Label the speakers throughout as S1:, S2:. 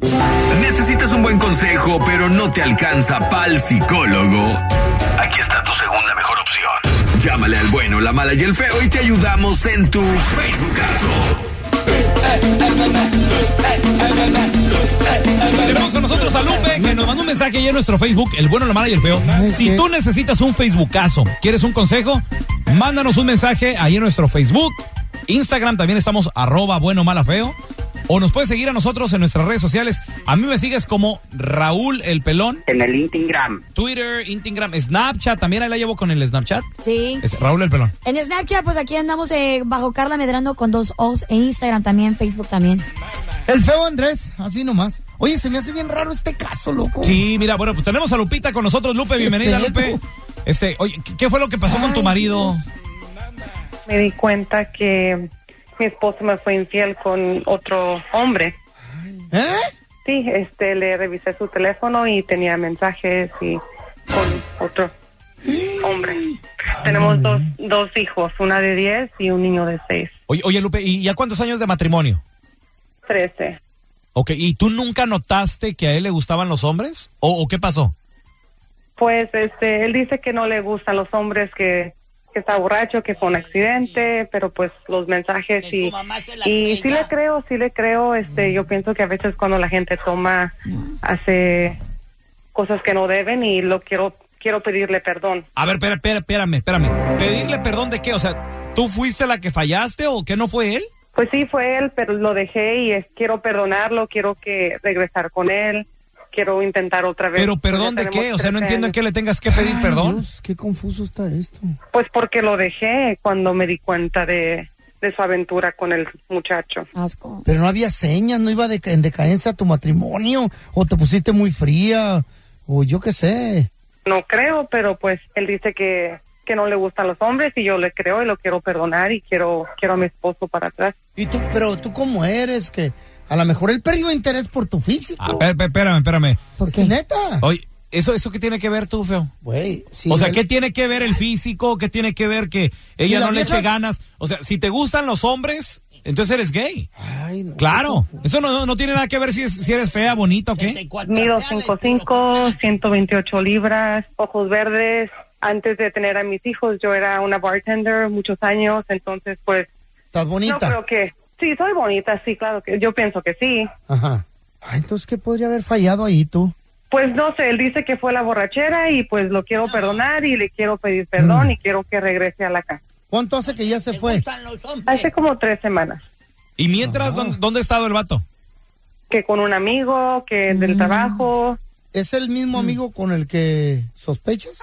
S1: Necesitas un buen consejo, pero no te alcanza pal psicólogo. Aquí está tu segunda mejor opción. Llámale al bueno, la mala y el feo y te ayudamos en tu Facebook
S2: Tenemos con nosotros a Lupe que nos mandó un mensaje ahí en nuestro Facebook, el bueno, la mala y el feo. Si tú necesitas un Facebookazo, ¿quieres un consejo? Mándanos un mensaje ahí en nuestro Facebook. Instagram también estamos arroba bueno, mala, feo. O nos puedes seguir a nosotros en nuestras redes sociales. A mí me sigues como Raúl el Pelón,
S3: En el Instagram.
S2: Twitter, Instagram, Snapchat. También ahí la llevo con el Snapchat.
S4: Sí.
S2: Es Raúl el Pelón.
S4: En Snapchat, pues aquí andamos eh, bajo Carla Medrano con dos O's. En Instagram también, Facebook también.
S5: El feo Andrés, así nomás. Oye, se me hace bien raro este caso, loco.
S2: Sí, mira, bueno, pues tenemos a Lupita con nosotros. Lupe, bienvenida,
S5: Respeto.
S2: Lupe. Este, oye, ¿qué- ¿qué fue lo que pasó con tu
S5: Ay,
S2: marido?
S6: me di cuenta que mi esposo me fue infiel con otro hombre.
S5: ¿Eh?
S6: Sí, este, le revisé su teléfono y tenía mensajes y con otro hombre. Tenemos dos, dos hijos, una de 10 y un niño de 6,
S2: Oye, oye, Lupe, ¿y ya cuántos años de matrimonio?
S6: 13.
S2: Ok, ¿y tú nunca notaste que a él le gustaban los hombres? ¿O, o qué pasó?
S6: Pues este, él dice que no le gustan los hombres que, que está borracho, que fue un accidente, pero pues los mensajes y, y sí le creo, sí le creo. Este, yo pienso que a veces cuando la gente toma hace cosas que no deben y lo quiero quiero pedirle perdón.
S2: A ver, espera, espera, espérame, espérame. ¿Pedirle perdón de qué? O sea, ¿tú fuiste la que fallaste o que no fue él?
S6: Pues sí fue él, pero lo dejé y es, quiero perdonarlo, quiero que regresar con él, quiero intentar otra vez.
S2: Pero
S5: pues,
S2: perdón
S6: Ya
S2: de qué?
S6: tenemos
S2: O sea, no
S6: 13
S2: entiendo en
S6: años.
S2: qué le tengas que pedir
S5: Ay,
S2: perdón.
S5: Dios, qué confuso está esto.
S6: Pues porque lo dejé cuando me di cuenta de, de su aventura con el muchacho.
S4: Asco.
S5: Pero no había señas, no iba de, en decadencia tu matrimonio, o te pusiste muy fría, o yo qué sé.
S6: No creo, pero pues él dice que, que no le gustan los hombres y yo le creo y lo quiero perdonar y quiero quiero a mi esposo para atrás.
S5: Y tú, pero tú cómo eres, que a lo mejor él perdió interés por tu físico.
S2: Ah, espera, espera, espérame, espérame.
S4: ¿Por
S5: Es
S4: qué?
S5: neta.
S2: Oye, ¿eso, ¿eso qué tiene que ver tú, feo?
S5: Güey, sí,
S2: o sea,
S5: él-
S2: ¿qué tiene que ver el físico? ¿Qué tiene que ver que ella
S5: ¿Y la
S2: no le
S5: vieja?
S2: eche ganas? O sea, si te gustan los hombres, entonces eres gay.
S5: Ay, no.
S2: Claro. Eso no, no- no tiene nada que ver si, es- si eres fea, bonita o qué.
S6: Mido 5'5", 128 libras, ojos verdes. Antes de tener a mis hijos yo era una bartender muchos años, entonces pues
S5: Estás bonita.
S6: no creo que... Sí, soy bonita, sí, claro que yo pienso que sí.
S5: Ajá. Ay, entonces, ¿qué podría haber fallado ahí tú?
S6: Pues no sé, él dice que fue la borrachera y pues lo quiero perdonar y le quiero pedir perdón y quiero que regrese a la casa.
S5: ¿Cuánto hace que ya se fue?
S6: Hace como tres semanas.
S2: Y mientras, ¿dónde, dónde ha estado el vato?
S6: que con un amigo, que del trabajo.
S5: ¿Es el
S2: Mm.
S5: mismo amigo con el que sospechas?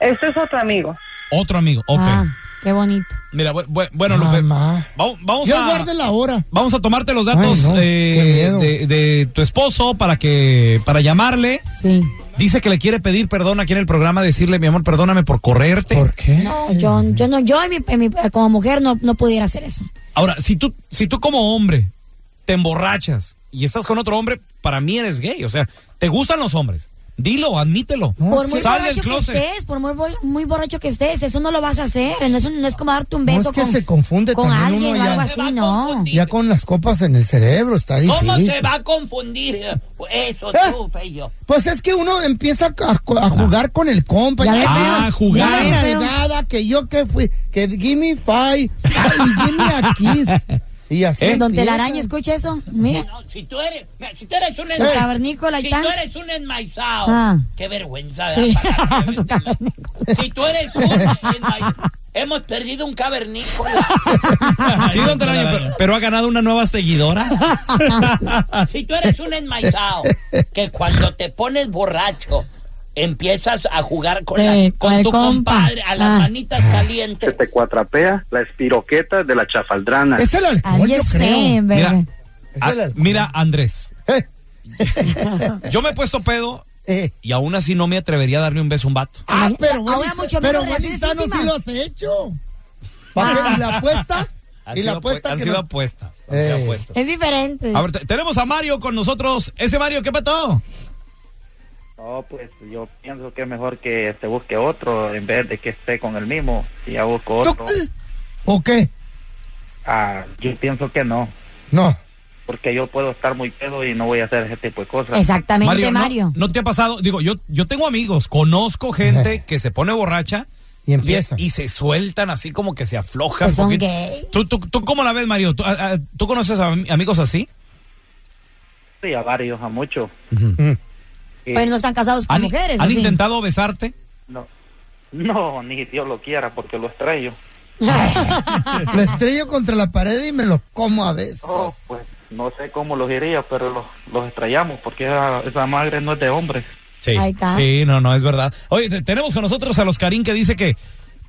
S6: Este es otro amigo.
S2: Otro amigo. Ok.
S4: Ah, qué bonito.
S2: Mira, bu- bu-
S5: Ah,
S2: bueno, Lupe.
S5: Mamá.
S2: Vamos, vamos
S5: Dios
S2: a.
S5: guarde la hora.
S2: Vamos a tomarte los datos
S5: Ay, no,
S2: eh,
S5: qué miedo.
S2: de, de tu esposo para que para llamarle.
S4: Sí.
S2: Dice que le quiere pedir perdón aquí en el programa, decirle, mi amor, perdóname por correrte.
S5: ¿Por qué?
S4: No, yo, yo no, yo en mi- en mi- como mujer no, no pudiera hacer eso.
S2: Ahora, si tú, si tú como hombre te emborrachas y estás con otro hombre, para mí eres gay. O sea, te gustan los hombres. Dilo, admítelo.
S5: No,
S4: Por muy
S2: Sal del
S4: borracho que
S2: closet.
S4: estés, por muy, bo- muy borracho que estés, eso no lo vas a hacer. No es, un- no es como darte un
S5: No,
S4: beso
S5: es que
S4: con,
S5: se confunde
S4: con
S5: también
S4: alguien
S5: uno
S4: o
S5: ya. ¿Eh?
S4: algo
S7: Se va
S4: así,
S7: a
S4: no.
S7: confundir.
S5: Ya con las copas en el cerebro está difícil.
S7: ¿Cómo se va a confundir eh, eso
S5: ¿Eh?
S7: tú, Feyo?
S5: Pues es que uno empieza a, a jugar con el compa.
S4: Ya
S5: Ya
S4: ves,
S2: Ah,
S4: feo.
S2: jugar.
S4: Ya ves,
S5: Una
S4: feo.
S5: nalgada que yo que fui, que give me five, ay, give me a kiss. Y así.
S2: ¿Eh?
S4: Don
S5: empieza.
S4: Telaraño, escucha eso. Mira,
S7: No, si tú eres, mira, si tú eres un
S4: el
S5: Ey.
S7: enmaizado,
S4: cavernícola ahí
S7: si
S4: está.
S7: tú eres un enmaizado,
S4: Ah.
S7: qué vergüenza.
S4: Sí.
S7: ¿verdad? Para que
S4: Su
S7: venga.
S4: cavernícola.
S7: si tú eres un enmaizado, hemos perdido un cavernícola.
S2: Sí, don Telaraño, pero, pero ha ganado una nueva seguidora.
S7: Si tú eres un enmaizado, que cuando te pones borracho, empiezas a jugar con, la-
S4: Sí, con
S7: con
S4: el
S7: tu
S4: compa.
S7: compadre, a las
S4: Ah.
S7: manitas
S3: Se
S7: calientes.
S3: te cuatrapea la espiroqueta de la chafaldrana.
S5: Es el alcohol,
S4: Ay,
S5: yo
S4: ese,
S5: creo.
S4: bebé.
S2: Mira,
S5: Es
S2: ah,
S5: el alcohol.
S2: mira, Andrés,
S5: Eh,
S2: Yo me he puesto pedo
S5: Eh,
S2: y aún así no me atrevería a darle un beso a un vato.
S5: ah, pero bueno,
S4: Ahora mucho menos
S5: pero bueno y
S4: relaciones
S5: sano sí
S4: íntimas.
S5: lo has hecho. ¿Para qué? ¿Y la apuesta?
S2: Han
S5: ¿Y la
S2: sido apue-
S5: apuesta
S2: han
S5: que
S2: sido
S5: no-
S2: apuestas. han
S5: Eh.
S2: sido apuestas.
S4: Es diferente.
S2: A ver, te- tenemos a Mario con nosotros. Ese Mario, ¿qué pasó?
S8: No, pues yo pienso que es mejor que se busque otro en vez de que esté con el mismo. Si ya busco otro,
S5: ¿Tú- ¿O qué?
S8: ah, yo pienso que no,
S5: No.
S8: porque yo puedo estar muy pedo y no voy a hacer ese tipo de cosas.
S4: Exactamente, Mario.
S2: no- No, te ha pasado? Digo, yo, yo tengo amigos, conozco gente
S5: Ajá.
S2: que se pone borracha
S5: Eh. Y empieza.
S2: y, y se sueltan así como que se aflojan.
S4: Pues son
S2: poquito.
S4: gay.
S2: ¿Tú, tú, tú cómo la ves, Mario? ¿Tú, a- a- ¿tú conoces a am- amigos así?
S8: Sí, a varios, a muchos.
S5: Mm.
S8: Y
S4: Pero Pues no están casados con
S2: eh, ¿Han,
S4: mujeres.
S2: han
S4: ¿o sí?
S2: intentado besarte?
S8: no, no, ni Dios lo quiera, porque lo estrello.
S5: Lo estrello contra la pared y me lo como a veces.
S8: Oh, pues no sé cómo los iría, pero los, los estrellamos, porque esa, esa madre no es de hombres.
S2: Sí.
S4: Ahí está.
S2: Sí, no, no, es verdad. Oye, te- tenemos con nosotros a los Karim que dice que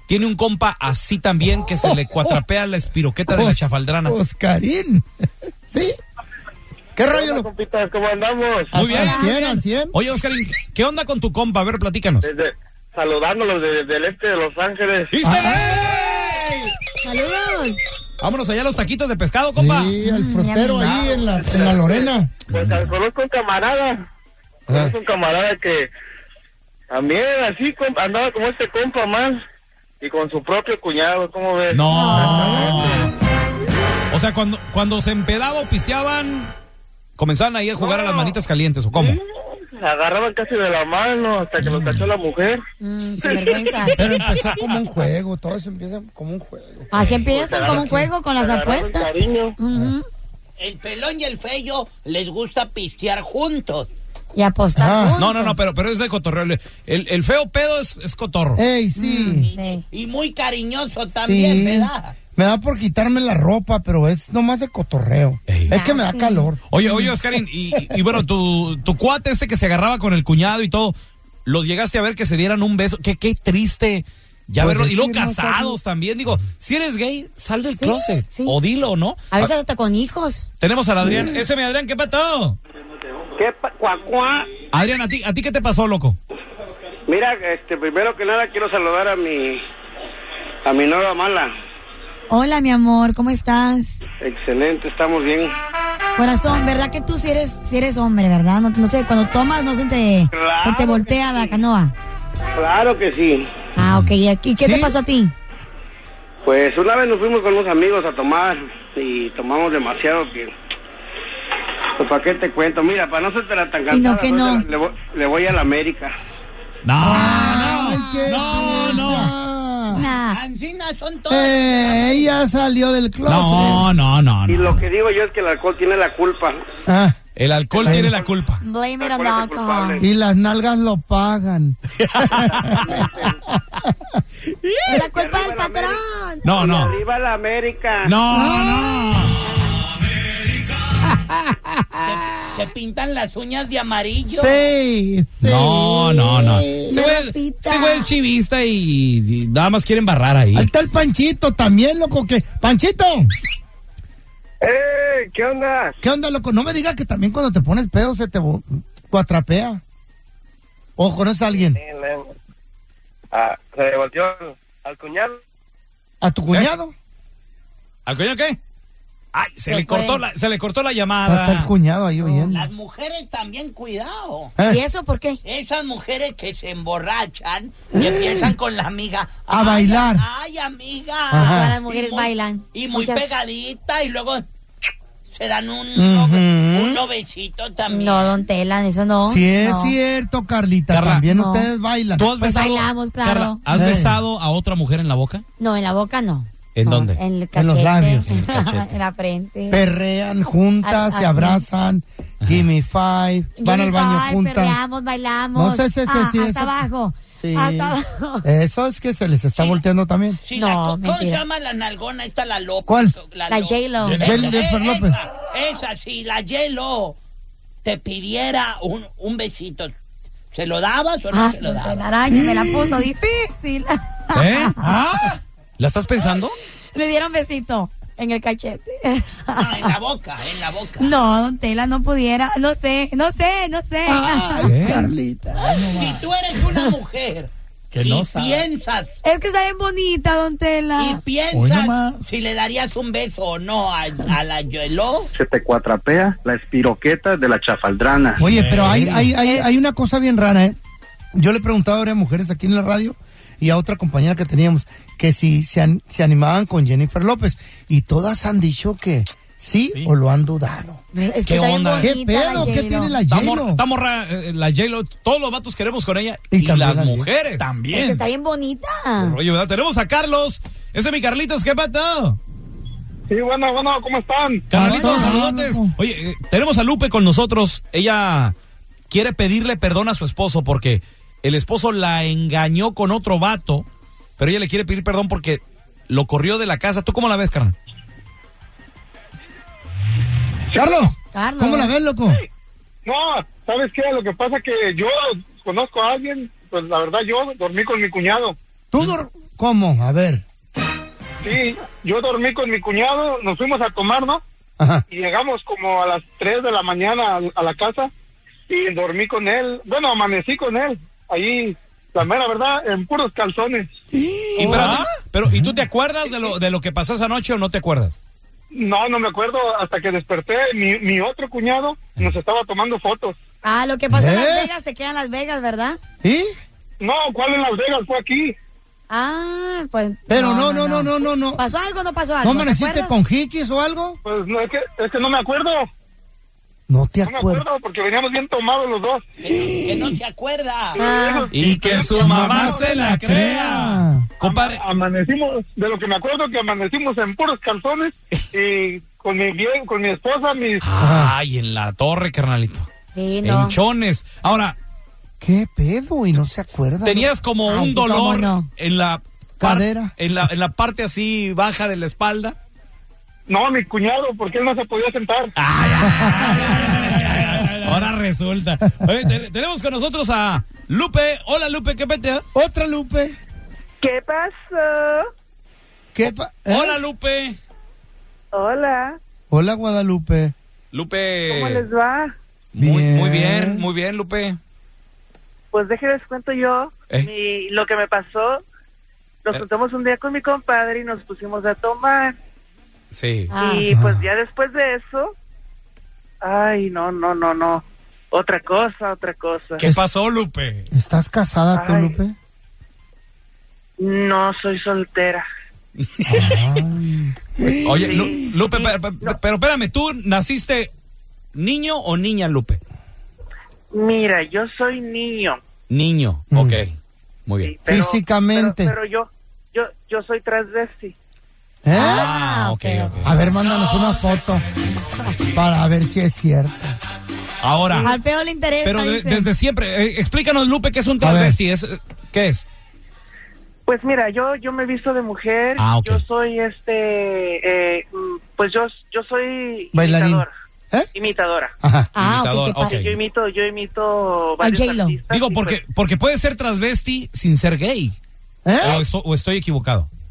S2: tiene un compa así también que se le cuatrapea la espiroqueta de la
S5: Os-
S2: chafaldrana.
S5: pues, Oscarín. ¿Sí? ¿Qué rollo? lo-
S8: compitas? ¿Cómo andamos?
S2: Muy bien.
S5: Al 100, al 100.
S2: Oye, Oscarín, ¿qué onda con tu compa? A ver, platícanos.
S8: Desde, saludándolos desde el este de Los Ángeles.
S2: ¡Ey!
S4: Saludos.
S2: Vámonos allá a los taquitos de pescado, compa.
S5: Sí, al frutero
S4: Mi
S5: ahí en la, en la Lorena.
S8: Pues al- conozco un camarada,
S5: Ah.
S8: conozco un camarada que también así com- andaba como este compa más y con su propio cuñado, ¿cómo ves?
S2: No. O sea, cuando, cuando se empedaba o piseaban, comenzaban ahí a jugar a las manitas calientes, ¿o cómo?
S8: Se agarraban casi de la mano hasta que lo cachó la mujer.
S4: Mm, sin vergüenza.
S5: Pero empezó como un juego, todo eso empieza como un juego.
S4: Así
S2: pues,
S4: empiezan como un juego con las
S8: Se agarraron
S4: apuestas.
S8: cariño.
S4: Ujú.
S7: El pelón y el feyo les gusta pistear juntos.
S4: Y apostar.
S5: Ah.
S4: juntos.
S2: No, no, no, pero, pero es de cotorreo. El, el- el feo pedo es, es cotorro.
S5: Ey, sí.
S4: Sí.
S7: Y muy cariñoso también,
S5: sí.
S7: ¿verdad?
S5: Me da por quitarme la ropa, pero es nomás de cotorreo.
S2: Ey.
S5: Es que me da calor.
S2: Oye, oye, Oscarín, y, y- y bueno, tu, tu cuate este que se agarraba con el cuñado y todo, los llegaste a ver que se dieran un beso. Qué, qué triste. Ya
S5: Pues
S2: verlos, y luego
S5: decir, no,
S2: casados
S5: Oscarín.
S2: también. Digo, si eres gay, sal del
S4: Sí,
S2: closet.
S4: sí.
S2: O dilo, ¿no?
S4: A veces hasta con hijos.
S2: Tenemos al Adrián. Ese mi Adrián, ¿qué pasó?
S9: ¿Qué pa- cuá, cuá?
S2: Adrián, ¿a ti, ¿a ti qué te pasó, loco?
S9: Mira, este, primero que nada quiero saludar a mi a mi nueva mala.
S4: Hola, mi amor, ¿cómo estás?
S9: Excelente, estamos bien.
S4: Corazón, ¿verdad que tú si eres, si eres hombre, verdad? No, no sé, cuando tomas no se te,
S9: Claro
S4: se te voltea
S9: que
S4: la
S9: sí.
S4: canoa.
S9: Claro que sí.
S4: Ah, ok. ¿Y aquí qué te
S5: Sí.
S4: pasó a ti?
S9: Pues una vez nos fuimos con unos amigos a tomar y tomamos demasiado que pues para qué te cuento. Mira, para no ser tan cansada, pues,
S4: Y no, que no.
S9: Le, voy, le voy a la América.
S2: No,
S5: Ay, qué
S2: no, Ah.
S5: no.
S4: Nah.
S7: Ancina son todos.
S5: Eh, Ella salió del closet.
S2: no, no, no, no,
S9: Y lo
S2: no.
S9: que digo yo es que el alcohol tiene la culpa.
S5: Ah,
S2: El alcohol tiene la culpa.
S4: Blame it on the
S9: Acuérdate,
S4: alcohol.
S9: culpable.
S5: y las nalgas lo pagan.
S4: Es la culpa del
S9: Arriba la
S4: patrón.
S2: No, no.
S9: Arriba la América.
S2: No, no.
S7: Se pintan las uñas de amarillo.
S5: Sí, sí.
S2: No, no, no. Ese güey,
S4: Rosita.
S2: ese güey es chivista y, y nada más quiere embarrar ahí.
S5: Ahí está el Panchito también, loco, que... ¡Panchito!
S8: ¡Eh! ¿Qué onda?
S5: ¿Qué onda, loco? No me digas que también cuando te pones pedo se te bo- cuatrapea. O conoces a alguien,
S8: Ah, se volteó al cuñado.
S5: a tu cuñado.
S2: ¿Al coño qué? Ay, se
S4: Se
S2: le
S4: fue.
S2: cortó la, se le cortó la
S5: Está el
S2: llamada.
S5: cuñado ahí oyendo.
S7: Las mujeres también, cuidado.
S5: Eh,
S4: ¿Y eso por qué?
S7: Esas mujeres que se emborrachan y empiezan con la amiga
S5: A
S7: Ay,
S5: bailar.
S7: Ay, amiga.
S5: Ajá.
S4: Todas las mujeres
S7: Y muy-
S4: bailan.
S7: Y muy
S4: Muchas.
S7: pegadita y luego se dan un,
S5: Ujú.
S7: un novecito también.
S4: No, don Tela, eso no.
S5: Sí es
S4: no.
S5: cierto, Carlita,
S2: Carla.
S5: también
S4: No.
S5: ustedes bailan.
S2: ¿Tú has
S4: Pues
S2: besado?
S4: bailamos, claro.
S2: Carla, ¿Has
S5: Eh.
S2: besado a otra mujer en la boca?
S4: No, en la boca no.
S2: ¿En
S5: No,
S2: dónde?
S4: En el cachete.
S5: En los labios.
S4: En,
S2: En el cachete.
S4: la frente.
S5: Perrean juntas,
S4: Ah,
S5: se
S4: así.
S5: abrazan, gimme five,
S4: Yo
S5: van al
S4: digo,
S5: baño
S4: ay,
S5: juntas.
S4: perreamos, bailamos.
S5: No sé, sé, sé,
S4: Ah,
S5: sí,
S4: hasta
S5: eso-
S4: abajo.
S5: Sí. Eh.
S4: Hasta abajo.
S5: Eso es que se les está
S7: Sí.
S5: volteando también.
S7: Sí,
S4: No,
S7: la co- ¿Cómo se
S4: mentira.
S7: llama la nalgona? Esta la López.
S5: ¿Cuál?
S4: La
S7: Lo-
S4: J-Lo.
S7: Esa,
S5: Jennifer
S7: eh,
S5: López.
S7: Esa, esa, si la J-Lo te pidiera un, un besito, ¿se lo dabas o no
S4: Ah,
S7: se lo
S4: la
S7: dabas?
S4: araña me la puso difícil.
S5: Eh.
S2: ¿Eh? ¿Ah? ¿La estás pensando?
S4: Le dieron besito. En el cachete.
S10: Ah, en la boca, en la boca.
S4: No, don Tela, no pudiera. No sé, no sé, no sé.
S7: Ah.
S2: ¿Eh?
S5: Carlita.
S10: Si tú eres una mujer
S2: Que
S10: y
S2: no sabe.
S10: piensas,
S4: Es que está bien bonita, don Tela.
S10: y piensas si le darías un beso o no a, a la Yoló,
S11: Se te cuatrapea la espiroqueta de la chafaldrana.
S5: Oye, pero hay, hay, hay,
S4: Eh.
S5: hay una cosa bien rara, ¿eh? Yo le he preguntado a varias mujeres aquí en la radio y a otra compañera que teníamos que si se, an- se animaban con Jennifer López y todas han dicho que sí, o lo han dudado.
S2: ¿Qué
S4: Es que está bien
S2: onda?
S4: bonita
S5: ¿Qué pedo?
S4: la
S5: ¿Qué
S4: J-Lo.
S5: tiene la
S2: Está
S5: J-Lo?
S2: mor- está morra, eh, la J-Lo, todos los vatos queremos con ella.
S5: Y
S2: Y,
S5: también
S2: las
S5: la-
S2: mujeres.
S4: Es que
S2: También.
S4: está bien bonita.
S2: Rollo, ¿verdad? Tenemos a Carlos. Ese es mi Carlitos, ¿qué pato?
S9: Sí, bueno, bueno, ¿cómo están?
S2: Carlitos,
S5: Pato.
S2: saludotes. Oye, eh, tenemos a Lupe con nosotros. Ella quiere pedirle perdón a su esposo porque el esposo la engañó con otro vato, pero ella le quiere pedir perdón porque lo corrió de la casa. ¿Tú cómo la ves, carnal?
S5: Carlos,
S4: Carlos.
S5: ¿cómo la ves, loco?
S9: No, ¿sabes qué? Lo que pasa que yo conozco a alguien, pues la verdad yo dormí con mi cuñado.
S5: ¿Tú dor- ¿Cómo? A ver.
S9: Sí, yo dormí con mi cuñado, nos fuimos a tomar, ¿no?
S5: Ajá.
S9: Y llegamos como a las 3 de la mañana a, a la casa y dormí con él. Bueno, amanecí con él. Ahí, la mera verdad, en puros calzones.
S2: Y, espérate, pero, ¿Y tú te acuerdas de lo, de lo que pasó esa noche o no te acuerdas?
S9: No, no me acuerdo hasta que desperté. Mi, mi otro cuñado nos estaba tomando fotos.
S4: Ah, lo que pasa en
S5: ¿Eh?
S4: Las Vegas se queda en Las Vegas, ¿verdad?
S5: ¿Y?
S9: No, ¿cuál en Las Vegas? Fue aquí.
S4: Ah, pues.
S5: Pero no, no, no, no, no, no.
S4: ¿Pasó algo o no pasó algo?
S5: ¿No
S4: ¿Te
S5: amaneciste
S4: acuerdas?
S5: con jiquis o algo?
S9: Pues no, es que, es que no me acuerdo.
S5: No te
S9: No me
S5: acuerdo.
S9: acuerdo porque veníamos bien tomados los dos.
S10: que no se acuerda.
S4: Ah,
S2: Y que su mamá se la crea. Compadre,
S9: Amanecimos, de lo que me acuerdo que amanecimos en puros calzones y con mi bien, con mi esposa, mis
S2: Ah. Ay, en la torre, carnalito.
S4: sí, no.
S2: Enchones. Ahora,
S5: ¿Qué pedo? Y no se acuerda.
S2: tenías como
S5: Ah,
S4: Ay,
S2: un
S4: sí, cómo
S2: dolor
S4: no.
S2: en la par-
S5: Cadera.
S2: en la en la parte así baja de la espalda.
S9: No, mi cuñado, porque él no se podía sentar.
S2: Ahora resulta. Oye, te- tenemos con nosotros a Lupe. Hola, Lupe, ¿qué pete?
S5: Otra Lupe.
S6: ¿Qué pasó?
S5: ¿Qué pa- eh?
S2: Hola, Lupe.
S6: Hola,
S5: Hola, Guadalupe.
S6: ¿cómo
S2: Lupe.
S6: les va?
S2: Muy
S5: Bien.
S2: muy bien, muy bien, Lupe.
S6: Pues déjenles cuento yo
S2: Eh.
S6: mi- lo que me pasó. Nos
S2: Eh.
S6: juntamos un día con mi compadre y nos pusimos a tomar.
S2: Sí.
S4: Ah,
S6: Y pues ya después de eso, ay, no, no, no, no. Otra cosa, otra cosa.
S2: ¿Qué pasó, Lupe?
S5: ¿Estás casada tú,
S6: Ay.
S5: Lupe?
S6: No soy soltera.
S2: Oye,
S6: Sí.
S2: Lu- Lupe, pe- pe- pero espérame, ¿tú naciste niño o niña, Lupe?
S6: Mira, yo soy niño.
S2: Niño.
S5: Mm.
S2: Ok. Muy bien.
S6: sí, pero-
S5: Físicamente.
S6: Pero, pero yo, yo, yo soy transvesti.
S5: ¿Eh?
S2: Ah, ok, ok.
S5: A ver, mándanos una foto para ver si es cierto.
S2: Ahora.
S4: Al peor le interesa.
S2: Pero de-
S4: dice.
S2: desde siempre, eh, explícanos, Lupe, ¿qué es un travesti? ¿Es, eh, ¿Qué es?
S6: Pues mira, yo yo me visto de mujer,
S2: Ah, ok.
S6: yo soy este, eh, mm, pues yo yo soy
S5: Bailarín.
S6: imitadora,
S5: ¿Eh?
S6: imitadora.
S5: Ajá.
S4: Ah, ok,
S2: Imitador,
S4: qué padre.
S2: ok.
S6: Yo imito, yo imito varios
S4: J-Lo.
S6: artistas
S2: Digo,
S6: y,
S2: porque,
S6: pues,
S2: porque puede ser transvesti sin ser gay.
S5: ¿Eh?
S2: O, esto- o estoy equivocado.
S6: pues,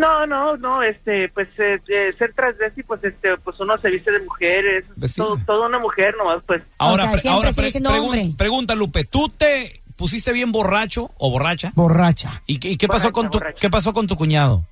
S6: no, no, no, este, pues eh, eh, ser transvesti, pues este, pues uno se viste de mujer, es
S2: Vestirse.
S6: todo, toda una mujer nomás, pues.
S2: Ahora,
S4: sea,
S2: pre-
S4: siempre
S2: ahora
S4: sigue siendo
S2: pregun-
S4: hombre.
S2: pregunta, Lupe, ¿tú te pusiste bien borracho o borracha?
S5: Borracha.
S2: ¿Y, qué- y qué, pasó
S6: Borracha,
S2: con tu,
S6: borracha.
S2: qué pasó con tu cuñado?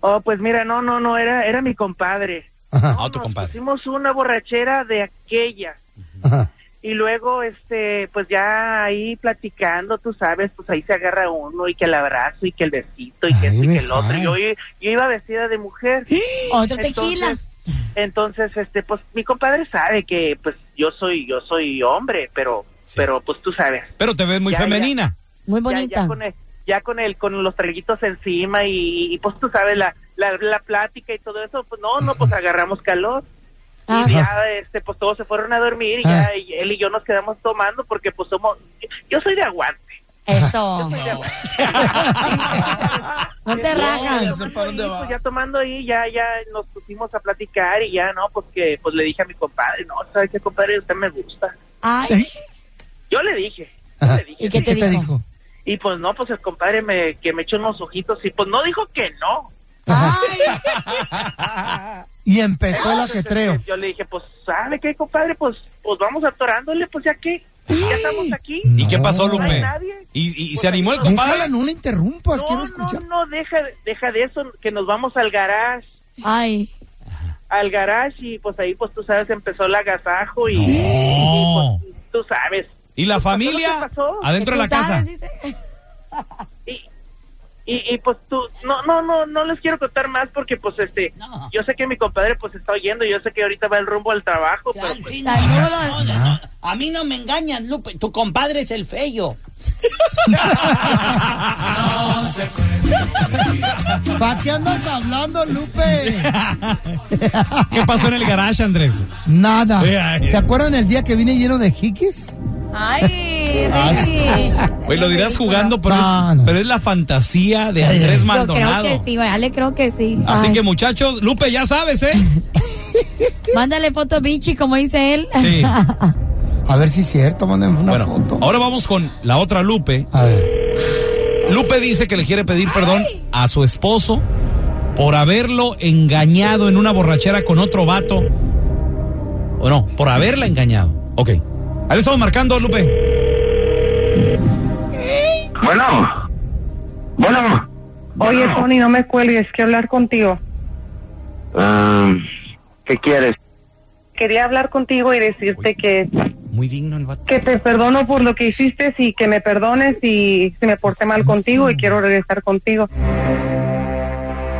S6: Oh, pues mira, no, no, no, era era mi compadre.
S5: Ajá.
S2: Ah, tu
S6: nos
S2: compadre.
S6: Pusimos una borrachera de aquella.
S5: Ajá.
S6: y luego este pues ya ahí platicando tú sabes pues ahí se agarra uno y que el abrazo y que el besito y que
S5: Ay,
S6: esto y
S5: me
S6: que el otro
S5: falla.
S6: yo, i- yo iba vestida de mujer
S2: ¡Eh!
S4: Otro tequila.
S6: entonces, entonces este pues mi compadre sabe que pues yo soy yo soy hombre pero
S2: Sí.
S6: pero pues tú sabes
S2: Pero te ves muy
S6: Ya, ya.
S2: femenina.
S4: Muy
S6: ya,
S4: bonita.
S6: ya con el, ya con el con los traguitos encima y, y, pues tú sabes la, la la plática y todo eso pues no no pues agarramos calor
S4: Ah.
S6: y ya este pues todos se fueron a dormir y
S5: Ah.
S6: ya y él y yo nos quedamos tomando porque pues somos yo soy de aguante
S4: Eso.
S6: soy de aguante.
S4: No te rajas.
S6: Tomando ahí, pues, ya tomando ahí ya ya nos pusimos a platicar y ya no pues que pues le dije a mi compadre no sabes qué compadre usted me gusta
S4: Ay,
S6: yo le dije yo
S5: Ajá.
S6: le dije
S4: ¿Y qué te dijo?
S6: Y pues no, pues el compadre me, que me echó unos ojitos y pues no dijo que no.
S4: Ah.
S5: Y empezó la que creo.
S12: Yo le dije, pues, ¿sabe qué, compadre? Pues, pues vamos atorándole, pues ya que ya estamos aquí.
S2: ¿Y qué pasó,
S12: No hay
S2: Lupe?
S12: nadie.
S2: ¿Y, y-
S6: Pues,
S2: y se animó el compadre?
S5: no le interrumpas,
S12: quiero escuchar. No, no, deja, deja de eso, que nos vamos al garage.
S4: Ay.
S12: Al garage y pues ahí, pues tú sabes, empezó el agasajo y,
S2: No.
S12: y, pues, tú sabes.
S2: ¿Y la
S7: Pues,
S2: familia? Adentro de la casa.
S12: Y, y, pues tú, no, no, no, no les quiero contar más porque pues este, yo sé que mi compadre pues está oyendo, yo sé que ahorita va el rumbo al trabajo, pero pues,
S7: No, no, no,
S5: Ah.
S7: no. A mí no me engañas, Lupe. Tu compadre es el feyo.
S5: ¿Para qué andas hablando, Lupe?
S2: ¿Qué pasó en el garage, Andrés?
S5: Nada.
S2: Sí, ay.
S5: ¿Se acuerdan el día que vine lleno de jiquis?
S4: Ay,
S2: Ah,
S4: Ricky.
S2: Güey, lo dirás jugando, pero,
S4: Ah,
S2: es, pero es la fantasía de Andrés
S4: Yo creo
S2: Maldonado.
S4: que sí, vale, creo que sí.
S2: Así
S4: Ay.
S2: que, muchachos, Lupe, ya sabes, ¿eh?
S4: Mándale foto bichi, como dice él.
S2: Sí.
S5: A ver si es cierto, mándenme una foto.
S2: Ahora vamos con la otra Lupe.
S5: A ver.
S2: Lupe dice que le quiere pedir perdón a su esposo por haberlo engañado en una borrachera con otro vato. O no, por haberla engañado. Ok. Ahí le estamos marcando, Lupe.
S11: Bueno. Bueno.
S6: Oye, Tony, no me cuelgues, quiero hablar contigo.
S11: Ah, ¿Qué quieres?
S6: Quería hablar contigo y decirte que,
S2: Muy digno el vato.
S6: que te perdono por lo que hiciste y que me perdones y si me porté mal contigo y quiero regresar contigo.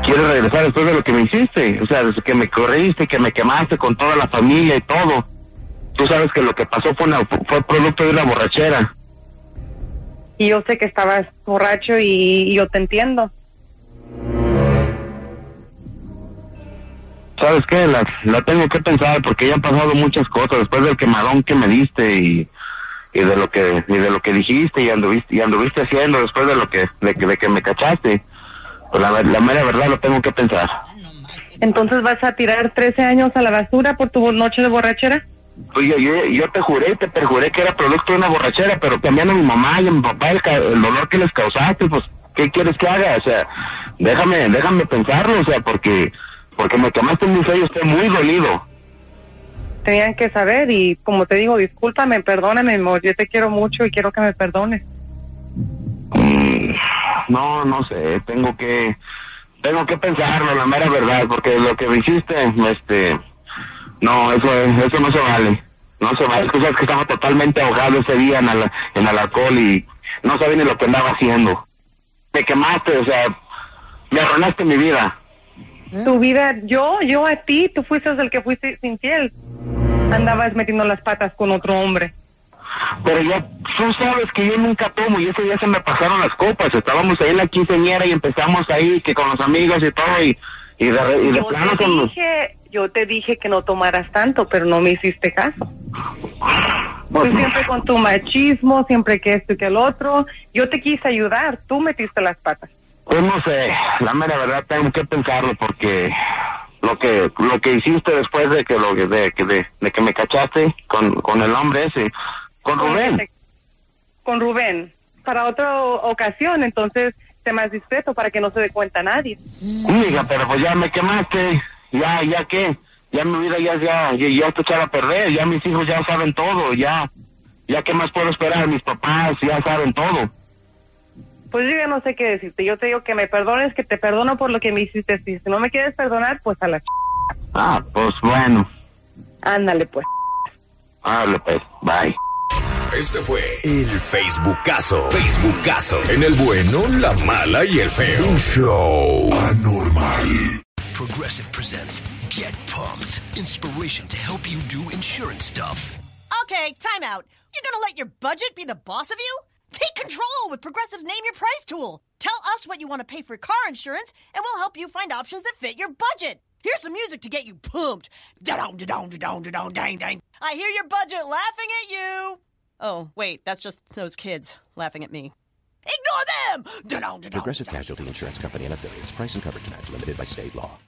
S11: ¿Quieres regresar después de lo que me hiciste? O sea, desde que me corriste, que me quemaste con toda la familia y todo. Tú sabes que lo que pasó fue, una- fue producto de una borrachera.
S6: Y yo sé que estabas borracho y, y yo te entiendo.
S11: ¿Sabes qué? La, la tengo que pensar porque ya han pasado muchas cosas después del quemadón que me diste y, y de lo que y de lo que dijiste y anduviste y anduviste haciendo después de lo que de, que- de que me cachaste. Pues la, ver- la mera verdad lo tengo que pensar.
S6: Entonces vas a tirar 13 años a la basura por tu noche de borrachera.
S11: Pues yo, yo, yo te juré y te perjuré que era producto de una borrachera, pero también a mi mamá y a mi papá el, ca- el dolor que les causaste, pues, ¿qué quieres que haga? O sea, déjame, déjame pensarlo, o sea, porque, porque me quemaste muy feo, estoy muy dolido.
S6: Tenían que saber y como te digo, discúlpame, perdóname, amor, yo te quiero mucho y quiero que me perdones.
S11: No, no sé, tengo que, tengo que pensarlo, la mera verdad, porque lo que me hiciste, este, no, eso, eso no se vale. No se vale, es que sabes que estaba totalmente ahogado ese día en, al- en el alcohol y no sabía ni lo que andaba haciendo. Me quemaste, o sea, me arruinaste mi vida.
S6: Tu vida, yo, yo a ti, tú fuiste el que fuiste infiel. Andabas metiendo las patas con otro hombre.
S11: Pero ya, tú sabes que yo nunca tomo y ese día se me pasaron las copas. Estábamos ahí en la quinceañera y empezamos ahí que con los amigos y todo y, y de, re- y de
S6: Yo
S11: plano
S6: te
S11: con los...
S6: dije, yo te dije que no tomaras tanto, pero no me hiciste caso. Tú Pues siempre con tu machismo, siempre que esto y que el otro. Yo te quise ayudar, tú metiste las patas.
S11: Pues no sé, la mera verdad tengo que pensarlo porque lo que lo que hiciste después de que lo que- de, que de, de que me cachaste con, con el hombre ese, con Rubén.
S6: Con Rubén, para otra o- ocasión, entonces, sé más discreto para que no se dé cuenta nadie.
S11: Diga, pero pues ya me quemaste, ya, ya qué, ya mi vida ya, ya, ya, ya te echaba a perder, ya mis hijos ya saben todo, ya, ya qué más puedo esperar, mis papás ya saben todo.
S6: Pues yo ya no sé qué decirte. Yo te digo que me perdones, que te perdono por lo que me hiciste. Si si no me quieres perdonar, pues a la ch...
S11: Ah, pues bueno,
S6: Ándale, pues.
S11: háblale pues, bye.
S1: Este fue el Facebookazo. Facebookazo. En el bueno, la mala y el feo. Un show anormal.
S13: Progressive presents Get Pumped. Inspiration to help you do insurance stuff.
S14: Okay, time out. You're gonna let your budget be the boss of you? Take control with Progressive's Name Your Price tool. Tell us what you want to pay for car insurance, and we'll help you find options that fit your budget. Here's some music to get you pumped. Da-dong, da-dong, da-dong, da-dong, dang, dang. I hear your budget laughing at you. Oh, wait, that's just those kids laughing at me. Ignore them! Da-dong, da-dong.
S15: Progressive Casualty Insurance Company and affiliates. Price and coverage match limited by state law.